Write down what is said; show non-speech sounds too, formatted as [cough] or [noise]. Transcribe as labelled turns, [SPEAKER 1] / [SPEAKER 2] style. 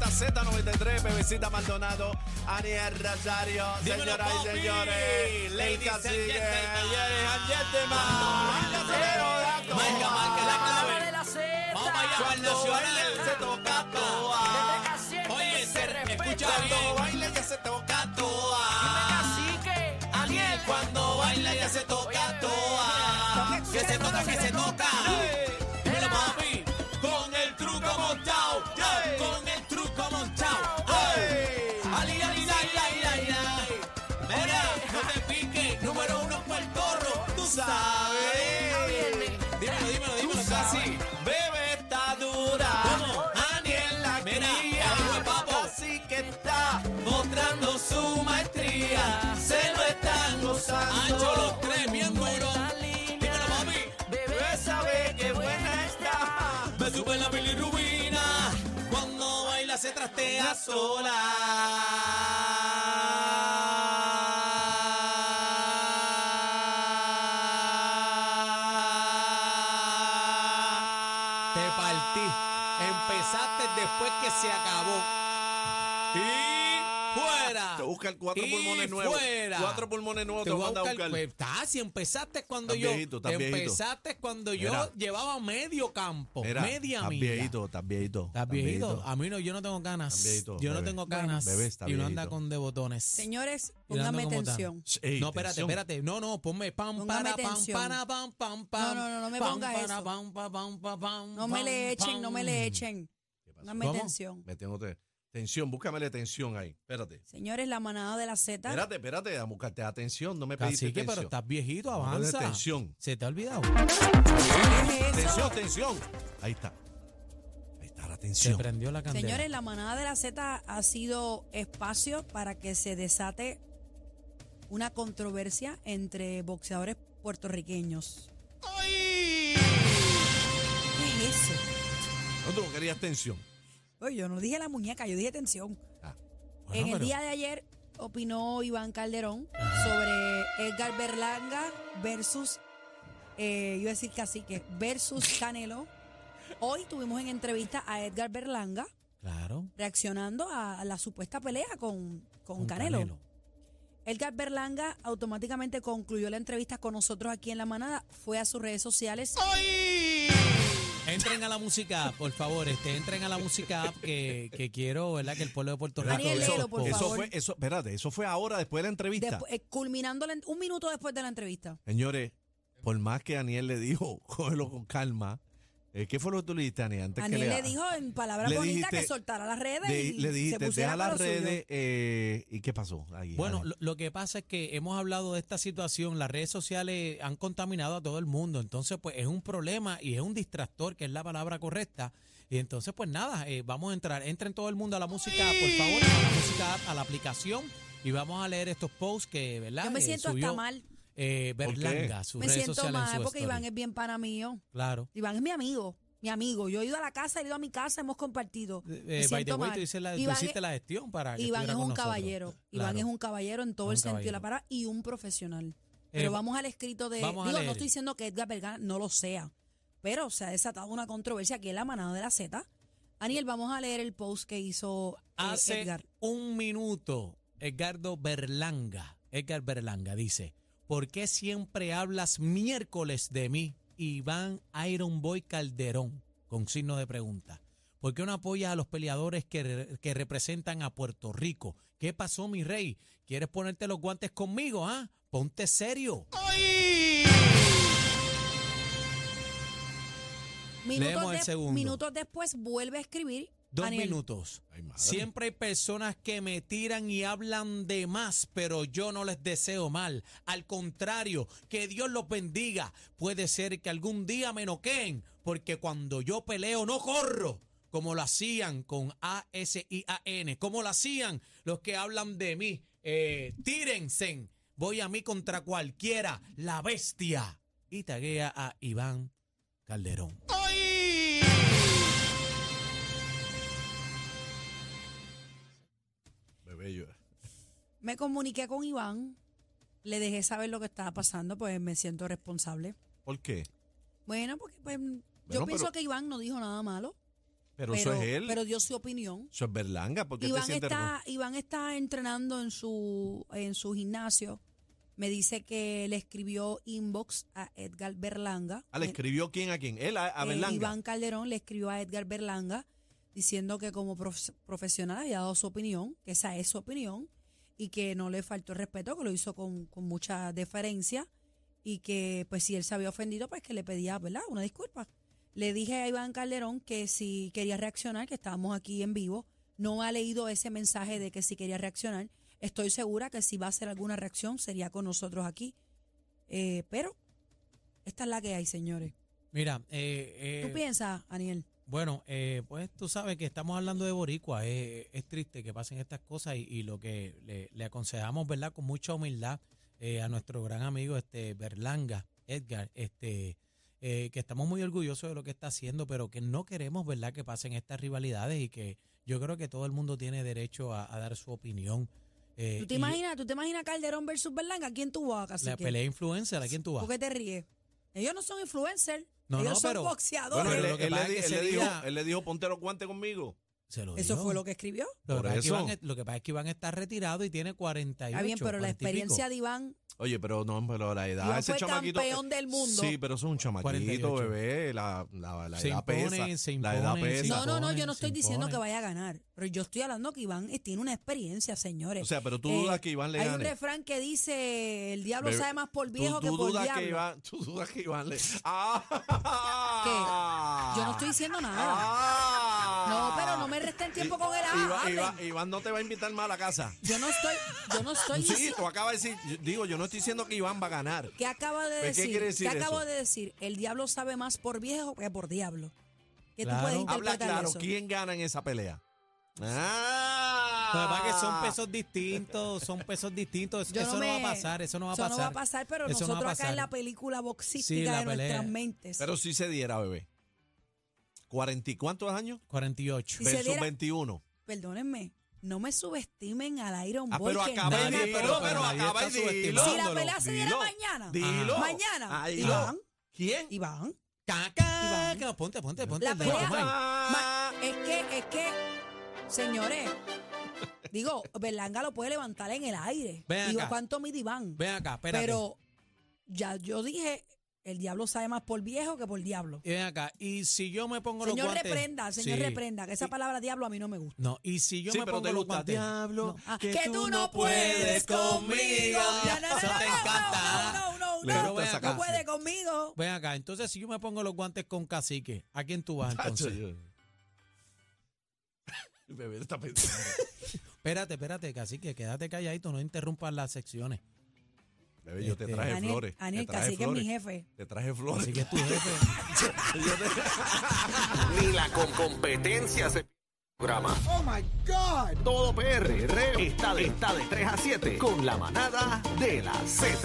[SPEAKER 1] Z93, Bebecita Maldonado, Aniel Rosario,
[SPEAKER 2] Dímelo,
[SPEAKER 1] señoras y
[SPEAKER 2] papi.
[SPEAKER 1] señores, el
[SPEAKER 2] Ladies and
[SPEAKER 1] cacique,
[SPEAKER 2] gentlemen.
[SPEAKER 1] señores, and gentlemen. el cacerero dato.
[SPEAKER 2] Marca, marca la clave.
[SPEAKER 3] de la Z.
[SPEAKER 2] Vamos allá para el
[SPEAKER 1] Cuando
[SPEAKER 2] nacional.
[SPEAKER 1] baile se toca toa,
[SPEAKER 2] Oye, se escucha
[SPEAKER 1] cuando
[SPEAKER 2] bien.
[SPEAKER 1] baile ya se toca toa,
[SPEAKER 3] que
[SPEAKER 2] Aniel, cuando baila ya se toca toa. Que se toca, que se toca. Dímelo, papi. Con el truco montado.
[SPEAKER 1] Ey.
[SPEAKER 2] Con el truco montado.
[SPEAKER 1] Ey.
[SPEAKER 2] Ali, ali, lai, lai, lai, lai. Mira, no te piques. Número uno fue el torro. Tú sabes. Dímelo, dímelo, dímelo, casi.
[SPEAKER 1] Bebe está dura,
[SPEAKER 2] ¿Cómo?
[SPEAKER 1] Aniel la
[SPEAKER 2] Mira,
[SPEAKER 1] cría,
[SPEAKER 2] oye, papo.
[SPEAKER 1] así que está.
[SPEAKER 2] Mostrando su maestría. Se lo están gozando. Ancho los tres, bien duro. Dímelo, papi.
[SPEAKER 1] Bebé sabe que buena está.
[SPEAKER 2] Me sube la bilirrubina cuando baila se trastea sola. Te partí. Empezaste después que se acabó. Y fuera.
[SPEAKER 1] Te busca el cuatro
[SPEAKER 2] Y
[SPEAKER 1] pulmones nuevos.
[SPEAKER 2] fuera.
[SPEAKER 1] Cuatro pulmones nuevos te,
[SPEAKER 2] voy
[SPEAKER 1] manda a buscar.
[SPEAKER 2] pues, está, si empezaste cuando
[SPEAKER 1] Estás
[SPEAKER 2] yo.
[SPEAKER 1] viejito, estás viejito.
[SPEAKER 2] empezaste cuando yo
[SPEAKER 1] Mira.
[SPEAKER 2] llevaba medio campo.
[SPEAKER 1] Mira,
[SPEAKER 2] media
[SPEAKER 1] estás
[SPEAKER 2] milla.
[SPEAKER 1] viejito, estás viejito.
[SPEAKER 2] Estás viejito. A mí no, yo no tengo ganas.
[SPEAKER 1] Estás viejito,
[SPEAKER 2] yo no
[SPEAKER 1] bebé.
[SPEAKER 2] tengo ganas.
[SPEAKER 1] Bebé, está
[SPEAKER 2] y uno
[SPEAKER 1] viejito.
[SPEAKER 2] anda con de botones. Y
[SPEAKER 3] Señores,
[SPEAKER 2] ando
[SPEAKER 3] póngame
[SPEAKER 2] como tan.
[SPEAKER 3] atención.
[SPEAKER 1] Ey,
[SPEAKER 2] no, espérate,
[SPEAKER 1] tensión.
[SPEAKER 2] espérate. No, no, ponme pam,
[SPEAKER 3] Póngame
[SPEAKER 2] para, pam,
[SPEAKER 3] atención.
[SPEAKER 2] para, pam, pam, pam.
[SPEAKER 3] No, no, no, no me
[SPEAKER 2] pam,
[SPEAKER 3] ponga
[SPEAKER 2] para,
[SPEAKER 3] eso.
[SPEAKER 2] Pam, pa, pam, pa, pam,
[SPEAKER 3] No me
[SPEAKER 2] pam,
[SPEAKER 3] le echen, no me
[SPEAKER 2] pam.
[SPEAKER 3] le echen. Póngame
[SPEAKER 2] ¿Cómo?
[SPEAKER 3] atención.
[SPEAKER 1] Me tengo te- tensión, búscamele tensión ahí. Espérate.
[SPEAKER 3] Señores, la manada de la Z.
[SPEAKER 1] Espérate, espérate, a buscarte atención, no me pediste
[SPEAKER 2] Cacique, pero
[SPEAKER 1] tensión.
[SPEAKER 2] estás viejito,
[SPEAKER 1] No, no,
[SPEAKER 2] avanza.
[SPEAKER 1] tensión.
[SPEAKER 2] Se te ha olvidado.
[SPEAKER 3] ¿qué es eso?
[SPEAKER 1] Tensión, tensión. Ahí está. Ahí está la
[SPEAKER 2] Se
[SPEAKER 1] tensión.
[SPEAKER 2] prendió la candela.
[SPEAKER 3] Señores, la manada de la Z ha sido espacio para que se desate una controversia entre boxeadores puertorriqueños. ¿Qué es eso?
[SPEAKER 1] No, tú no querías tensión.
[SPEAKER 3] Oye, yo no dije la muñeca, yo dije tensión.
[SPEAKER 1] Ah,
[SPEAKER 2] Bueno,
[SPEAKER 3] en el
[SPEAKER 2] pero-
[SPEAKER 3] día de ayer opinó Iván Calderón sobre Edgar Berlanga versus, eh, iba a decir cacique, versus Canelo. Hoy tuvimos en entrevista a Edgar Berlanga
[SPEAKER 2] Claro.
[SPEAKER 3] reaccionando a la supuesta pelea con, con
[SPEAKER 2] con
[SPEAKER 3] Canelo. Edgar Berlanga automáticamente concluyó la entrevista con nosotros aquí en La Manada, fue a sus redes sociales.
[SPEAKER 2] Entren a la música, app, por favor, este, entren a la música app que, que quiero, ¿verdad? Que el pueblo de Puerto Rico.
[SPEAKER 3] Daniel,
[SPEAKER 2] vea
[SPEAKER 3] léelo,
[SPEAKER 2] los
[SPEAKER 3] por
[SPEAKER 2] posts.
[SPEAKER 1] eso
[SPEAKER 3] favor.
[SPEAKER 1] fue, eso, espérate, eso fue ahora después de la entrevista.
[SPEAKER 3] despu- eh, culminando la en- un minuto después de la entrevista.
[SPEAKER 1] Señores, por más que Daniel le dijo, [laughs] cógelo con calma. eh, ¿Qué fue lo que tú le dijiste, Daniel? Antes
[SPEAKER 3] Daniel
[SPEAKER 1] que
[SPEAKER 3] le dijo en palabras
[SPEAKER 1] le
[SPEAKER 3] bonitas
[SPEAKER 1] dijiste-
[SPEAKER 3] que soltara las redes
[SPEAKER 1] de-
[SPEAKER 3] y
[SPEAKER 1] le
[SPEAKER 3] se
[SPEAKER 1] dijiste,
[SPEAKER 3] pusiera
[SPEAKER 1] deja
[SPEAKER 3] para
[SPEAKER 1] las
[SPEAKER 3] lo suyo.
[SPEAKER 1] redes. eh, ¿Y qué pasó? ahí,
[SPEAKER 2] Bueno,
[SPEAKER 1] Daniel?
[SPEAKER 2] lo, lo que pasa es que hemos hablado de esta situación, las redes sociales han contaminado a todo el mundo, entonces pues es un problema y es un distractor, que es la palabra correcta. Y entonces pues nada, eh, vamos a entrar, entren todo el mundo a la música, por favor, a la música, app, a la aplicación y vamos a leer estos posts que, ¿verdad?
[SPEAKER 3] Yo me
[SPEAKER 2] Eh,
[SPEAKER 3] siento
[SPEAKER 2] subió,
[SPEAKER 3] hasta mal.
[SPEAKER 2] eh, Berlanga, sus
[SPEAKER 3] Me
[SPEAKER 2] redes
[SPEAKER 3] siento
[SPEAKER 2] sociales en
[SPEAKER 3] mal
[SPEAKER 2] su
[SPEAKER 3] porque
[SPEAKER 2] story.
[SPEAKER 3] Iván es bien pana mío.
[SPEAKER 2] Claro.
[SPEAKER 3] Iván es mi amigo, mi amigo. Yo he ido a la casa, he ido a mi casa, hemos compartido. Me
[SPEAKER 2] Eh, by the
[SPEAKER 3] siento
[SPEAKER 2] way,
[SPEAKER 3] mal.
[SPEAKER 2] tú, hiciste la, tú
[SPEAKER 3] Iván
[SPEAKER 2] hiciste
[SPEAKER 3] es-
[SPEAKER 2] la gestión para que
[SPEAKER 3] Iván
[SPEAKER 2] estuviera
[SPEAKER 3] es
[SPEAKER 2] con
[SPEAKER 3] un
[SPEAKER 2] nosotros.
[SPEAKER 3] caballero. Iván
[SPEAKER 2] Claro.
[SPEAKER 3] es un caballero en todo
[SPEAKER 2] Es
[SPEAKER 3] el
[SPEAKER 2] un
[SPEAKER 3] sentido de la
[SPEAKER 2] caballero.
[SPEAKER 3] palabra y un profesional.
[SPEAKER 2] Eh,
[SPEAKER 3] Pero vamos al escrito de.
[SPEAKER 2] vamos a
[SPEAKER 3] digo, no
[SPEAKER 2] leer.
[SPEAKER 3] estoy diciendo que Edgar Vergara no lo sea, pero se ha desatado una controversia aquí en la manada de la Z. Aniel, vamos a leer el post que hizo eh,
[SPEAKER 2] Hace
[SPEAKER 3] Edgar.
[SPEAKER 2] un minuto, Edgardo Berlanga, Edgar Berlanga dice, ¿por qué siempre hablas miércoles de mí, Iván Iron Boy Calderón? Con signo de pregunta. ¿Por qué no apoyas a los peleadores que, re- que representan a Puerto Rico? ¿Qué pasó, mi rey? ¿Quieres ponerte los guantes conmigo, ah? Ponte serio.
[SPEAKER 3] Minutos,
[SPEAKER 2] Leemos el
[SPEAKER 3] de-
[SPEAKER 2] segundo.
[SPEAKER 3] minutos después vuelve a escribir.
[SPEAKER 2] Dos
[SPEAKER 3] Aniel,
[SPEAKER 2] minutos.
[SPEAKER 1] Ay, madre.
[SPEAKER 2] Siempre hay personas que me tiran y hablan de más, pero yo no les deseo mal. Al contrario, que Dios los bendiga. Puede ser que algún día me noqueen, porque cuando yo peleo no corro, como lo hacían con A-S-I-A-N, como lo hacían los que hablan de mí. Eh, tírense, voy a mí contra cualquiera, la bestia. Y taguea a Iván Calderón.
[SPEAKER 1] Bebé, yo-
[SPEAKER 3] Me comuniqué con Iván, le dejé saber lo que estaba pasando, pues me siento responsable.
[SPEAKER 1] ¿Por qué?
[SPEAKER 3] Bueno, porque pues, yo
[SPEAKER 1] Bueno,
[SPEAKER 3] pienso
[SPEAKER 1] pero-
[SPEAKER 3] que Iván no dijo nada malo.
[SPEAKER 1] Pero, eso es él.
[SPEAKER 3] pero dio su opinión.
[SPEAKER 1] eso es Berlanga. porque él te
[SPEAKER 3] Iván
[SPEAKER 1] siente
[SPEAKER 3] está, Iván está entrenando en su, en su gimnasio. Me dice que le escribió inbox a Edgar Berlanga.
[SPEAKER 1] Ah, ¿le escribió quién a quién? Él a, a
[SPEAKER 3] Eh,
[SPEAKER 1] Berlanga.
[SPEAKER 3] Iván Calderón le escribió a Edgar Berlanga diciendo que como prof- profesional había dado su opinión, que esa es su opinión, y que no le faltó el respeto, que lo hizo con, con mucha deferencia, y que pues si él se había ofendido, pues que le pedía, ¿verdad? Una disculpa. Le dije a Iván Calderón que si quería reaccionar, que estábamos aquí en vivo, no ha leído ese mensaje de que si quería reaccionar. Estoy segura que si va a hacer alguna reacción sería con nosotros aquí. Eh, pero esta es la que hay, señores.
[SPEAKER 2] Mira, eh, eh,
[SPEAKER 3] ¿Tú piensas, Aniel?
[SPEAKER 2] Bueno, eh, pues tú sabes que estamos hablando de boricua, es, es triste que pasen estas cosas y, y lo que le, le aconsejamos, ¿verdad? Con mucha humildad eh, a nuestro gran amigo este Berlanga, Edgar, este eh, que estamos muy orgullosos de lo que está haciendo, pero que no queremos, ¿verdad? Que pasen estas rivalidades y que yo creo que todo el mundo tiene derecho a, a dar su opinión. eh,
[SPEAKER 3] ¿Tú te,
[SPEAKER 2] y
[SPEAKER 3] imaginas, ¿Tú te imaginas Calderón versus Berlanga? ¿Quién tú vas,
[SPEAKER 2] La
[SPEAKER 3] cacique?
[SPEAKER 2] pelea influencer, ¿a quién tú vas?
[SPEAKER 3] ¿Por qué te ríes? Ellos no son influencers.
[SPEAKER 2] No,
[SPEAKER 3] ellos
[SPEAKER 2] no,
[SPEAKER 3] son
[SPEAKER 2] pero-
[SPEAKER 3] boxeadores.
[SPEAKER 1] Bueno,
[SPEAKER 2] Pero
[SPEAKER 1] él,
[SPEAKER 2] lo que
[SPEAKER 1] él le
[SPEAKER 2] pasa
[SPEAKER 1] di-
[SPEAKER 2] es que
[SPEAKER 1] él
[SPEAKER 2] ese
[SPEAKER 1] le dijo,
[SPEAKER 2] día-
[SPEAKER 1] él le dijo, ponte los guantes conmigo.
[SPEAKER 2] Se lo
[SPEAKER 3] Eso
[SPEAKER 2] digo.
[SPEAKER 3] fue lo que escribió.
[SPEAKER 2] Lo
[SPEAKER 1] Por
[SPEAKER 2] que pasa es que Iván
[SPEAKER 1] eso.
[SPEAKER 2] es- lo que pasa es que Iván está retirado y tiene 48.
[SPEAKER 3] Está bien, pero la
[SPEAKER 2] 40 y pico.
[SPEAKER 3] experiencia de Iván,
[SPEAKER 1] Oye, pero no, pero la edad.
[SPEAKER 3] Iván
[SPEAKER 1] ese
[SPEAKER 3] fue
[SPEAKER 1] chamaquito,
[SPEAKER 3] campeón del mundo.
[SPEAKER 1] Sí, pero eso es un chamaquito,
[SPEAKER 2] 48.
[SPEAKER 1] bebé. La, la, la
[SPEAKER 2] Se
[SPEAKER 1] edad
[SPEAKER 2] impone,
[SPEAKER 1] pesa.
[SPEAKER 2] se
[SPEAKER 1] la edad
[SPEAKER 2] impone, se
[SPEAKER 1] pesa.
[SPEAKER 3] no, no, no, yo
[SPEAKER 2] imponen,
[SPEAKER 3] no estoy
[SPEAKER 2] se
[SPEAKER 3] diciendo que
[SPEAKER 2] imponen.
[SPEAKER 3] vaya a ganar, pero yo estoy hablando que Iván eh, tiene una experiencia, señores.
[SPEAKER 1] O sea, pero tú
[SPEAKER 3] Eh,
[SPEAKER 1] dudas que Iván le
[SPEAKER 3] Hay un
[SPEAKER 1] gane.
[SPEAKER 3] refrán que dice, el diablo
[SPEAKER 1] Bebé,
[SPEAKER 3] sabe más por
[SPEAKER 1] Tú-
[SPEAKER 3] viejo
[SPEAKER 1] tú
[SPEAKER 3] que por
[SPEAKER 1] dudas
[SPEAKER 3] diablo.
[SPEAKER 1] que Iván, tú dudas que Iván
[SPEAKER 3] [laughs]
[SPEAKER 1] le. ¡Ah!
[SPEAKER 3] Yo no estoy diciendo nada.
[SPEAKER 1] ¡Ah!
[SPEAKER 3] No, pero no me resten tiempo con el ah,
[SPEAKER 1] Iván,
[SPEAKER 3] hablen.
[SPEAKER 1] Iván- Iván no te va a invitar más a la casa.
[SPEAKER 3] Yo no estoy, yo no estoy
[SPEAKER 1] Sí,
[SPEAKER 3] diciendo-
[SPEAKER 1] tú acabas de decir, yo- digo, yo no estoy diciendo que Iván va a ganar.
[SPEAKER 3] ¿Qué acaba de
[SPEAKER 1] ¿Qué
[SPEAKER 3] decir?
[SPEAKER 1] quiere decir
[SPEAKER 3] ¿Qué acabo
[SPEAKER 1] eso?
[SPEAKER 3] de decir? El diablo sabe más por viejo que por diablo. Que
[SPEAKER 2] Claro.
[SPEAKER 3] tú puedes
[SPEAKER 1] Habla
[SPEAKER 3] interpretar
[SPEAKER 1] claro,
[SPEAKER 3] eso.
[SPEAKER 1] ¿quién gana en esa pelea?
[SPEAKER 2] Lo que pasa es que son
[SPEAKER 1] ¡Ah!
[SPEAKER 2] pesos distintos, son pesos distintos.
[SPEAKER 3] Yo
[SPEAKER 2] eso no,
[SPEAKER 3] me-
[SPEAKER 2] va a pasar, eso no va a
[SPEAKER 3] eso
[SPEAKER 2] pasar.
[SPEAKER 3] no va a pasar, pero
[SPEAKER 2] Eso no va
[SPEAKER 3] nosotros
[SPEAKER 2] a
[SPEAKER 3] acá en
[SPEAKER 2] pasar.
[SPEAKER 3] la película boxística
[SPEAKER 2] Sí, la
[SPEAKER 3] de nuestras
[SPEAKER 2] pelea.
[SPEAKER 3] mentes.
[SPEAKER 1] Pero si se diera, bebé. ¿Cuarenta y cuántos años?
[SPEAKER 2] 48.
[SPEAKER 3] Si se
[SPEAKER 1] Versus
[SPEAKER 3] diera-
[SPEAKER 1] 21.
[SPEAKER 3] Perdónenme, no me subestimen al Iron
[SPEAKER 1] Ah,
[SPEAKER 3] Boy.
[SPEAKER 1] pero
[SPEAKER 3] que
[SPEAKER 1] acaba
[SPEAKER 3] nadie
[SPEAKER 1] de
[SPEAKER 2] Nadie,
[SPEAKER 1] dilo,
[SPEAKER 2] pero-
[SPEAKER 1] pero,
[SPEAKER 2] pero nadie
[SPEAKER 1] acaba de
[SPEAKER 2] está
[SPEAKER 1] dilo.
[SPEAKER 2] subestimando.
[SPEAKER 3] Si la pelea Ah, se diera
[SPEAKER 1] Dilo,
[SPEAKER 3] mañana.
[SPEAKER 1] Dilo.
[SPEAKER 3] Mañana.
[SPEAKER 1] Ah,
[SPEAKER 3] Iván.
[SPEAKER 1] dilo. ¿Quién?
[SPEAKER 3] Iván.
[SPEAKER 2] Caca,
[SPEAKER 3] Iván.
[SPEAKER 2] Ponte, ponte, ponte.
[SPEAKER 3] La
[SPEAKER 2] el de la
[SPEAKER 3] pelea-
[SPEAKER 2] Comay.
[SPEAKER 1] Ah,
[SPEAKER 3] Es que, es que, señores, digo, Berlanga lo puede levantar en el aire.
[SPEAKER 2] Ven
[SPEAKER 3] digo,
[SPEAKER 2] acá.
[SPEAKER 3] ¿cuánto mide Iván?
[SPEAKER 2] Ven acá, espérate.
[SPEAKER 3] Pero ya yo dije, el diablo sabe más por viejo que por diablo.
[SPEAKER 2] Y Ven acá. Y si yo me pongo los
[SPEAKER 3] Señor,
[SPEAKER 2] guantes.
[SPEAKER 3] reprenda, señor,
[SPEAKER 2] Sí.
[SPEAKER 3] reprenda, que esa palabra diablo a mí no me gusta.
[SPEAKER 2] No, y si yo
[SPEAKER 1] Sí,
[SPEAKER 2] me
[SPEAKER 1] pero te
[SPEAKER 2] pongo los
[SPEAKER 1] gusta.
[SPEAKER 2] guantes.
[SPEAKER 1] Diablo,
[SPEAKER 3] Ah, que tú no puedes conmigo. Ya, no, no,
[SPEAKER 2] Eso
[SPEAKER 3] no,
[SPEAKER 2] te
[SPEAKER 3] no,
[SPEAKER 2] encanta.
[SPEAKER 3] ¿ah? No, no, no,
[SPEAKER 1] Le
[SPEAKER 3] no,
[SPEAKER 2] gusta
[SPEAKER 3] no
[SPEAKER 2] esa
[SPEAKER 3] no
[SPEAKER 1] canción.
[SPEAKER 3] puede conmigo.
[SPEAKER 2] Ven acá, entonces si yo me pongo los guantes con cacique, ¿a quién tú vas
[SPEAKER 1] Tacho,
[SPEAKER 2] Ah, entonces?
[SPEAKER 1] yo- El [laughs] bebé está pensando.
[SPEAKER 2] Espérate, espérate, cacique, quédate calladito, no interrumpas las secciones.
[SPEAKER 1] Bebé, yo te
[SPEAKER 2] Este,
[SPEAKER 1] traje flores.
[SPEAKER 3] Daniel,
[SPEAKER 1] te traje
[SPEAKER 3] casi que es mi
[SPEAKER 1] flores.
[SPEAKER 3] jefe.
[SPEAKER 1] Te traje flores.
[SPEAKER 2] Así que tu jefe.
[SPEAKER 1] Yo te-
[SPEAKER 4] Ni la con competencia se programa. Oh my God. Todo PR está de, está de 3 a 7 con la manada de la Z.